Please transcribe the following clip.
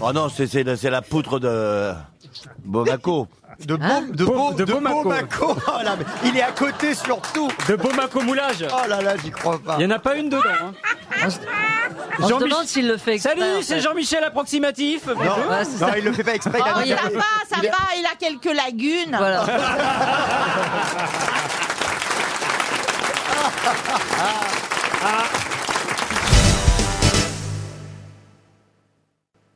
Oh non, c'est- c'est la- c'est la poutre de Bomaco. De, beau, de, Beau- beau, de de, Beaumaco. Beaumaco. Oh là, mais il est à côté surtout. De Beaumac au moulage. Oh là là, j'y crois pas. Il n'y en a pas une dedans. hein. On se Jean-Mich- demande s'il le fait exprès, en Salut, fait. c'est Jean-Michel approximatif. Non, Ouais, c'est non, ça. Ah, il le fait pas exprès. il a Oh, dit- ça va, ça va, il a quelques lagunes. Voilà.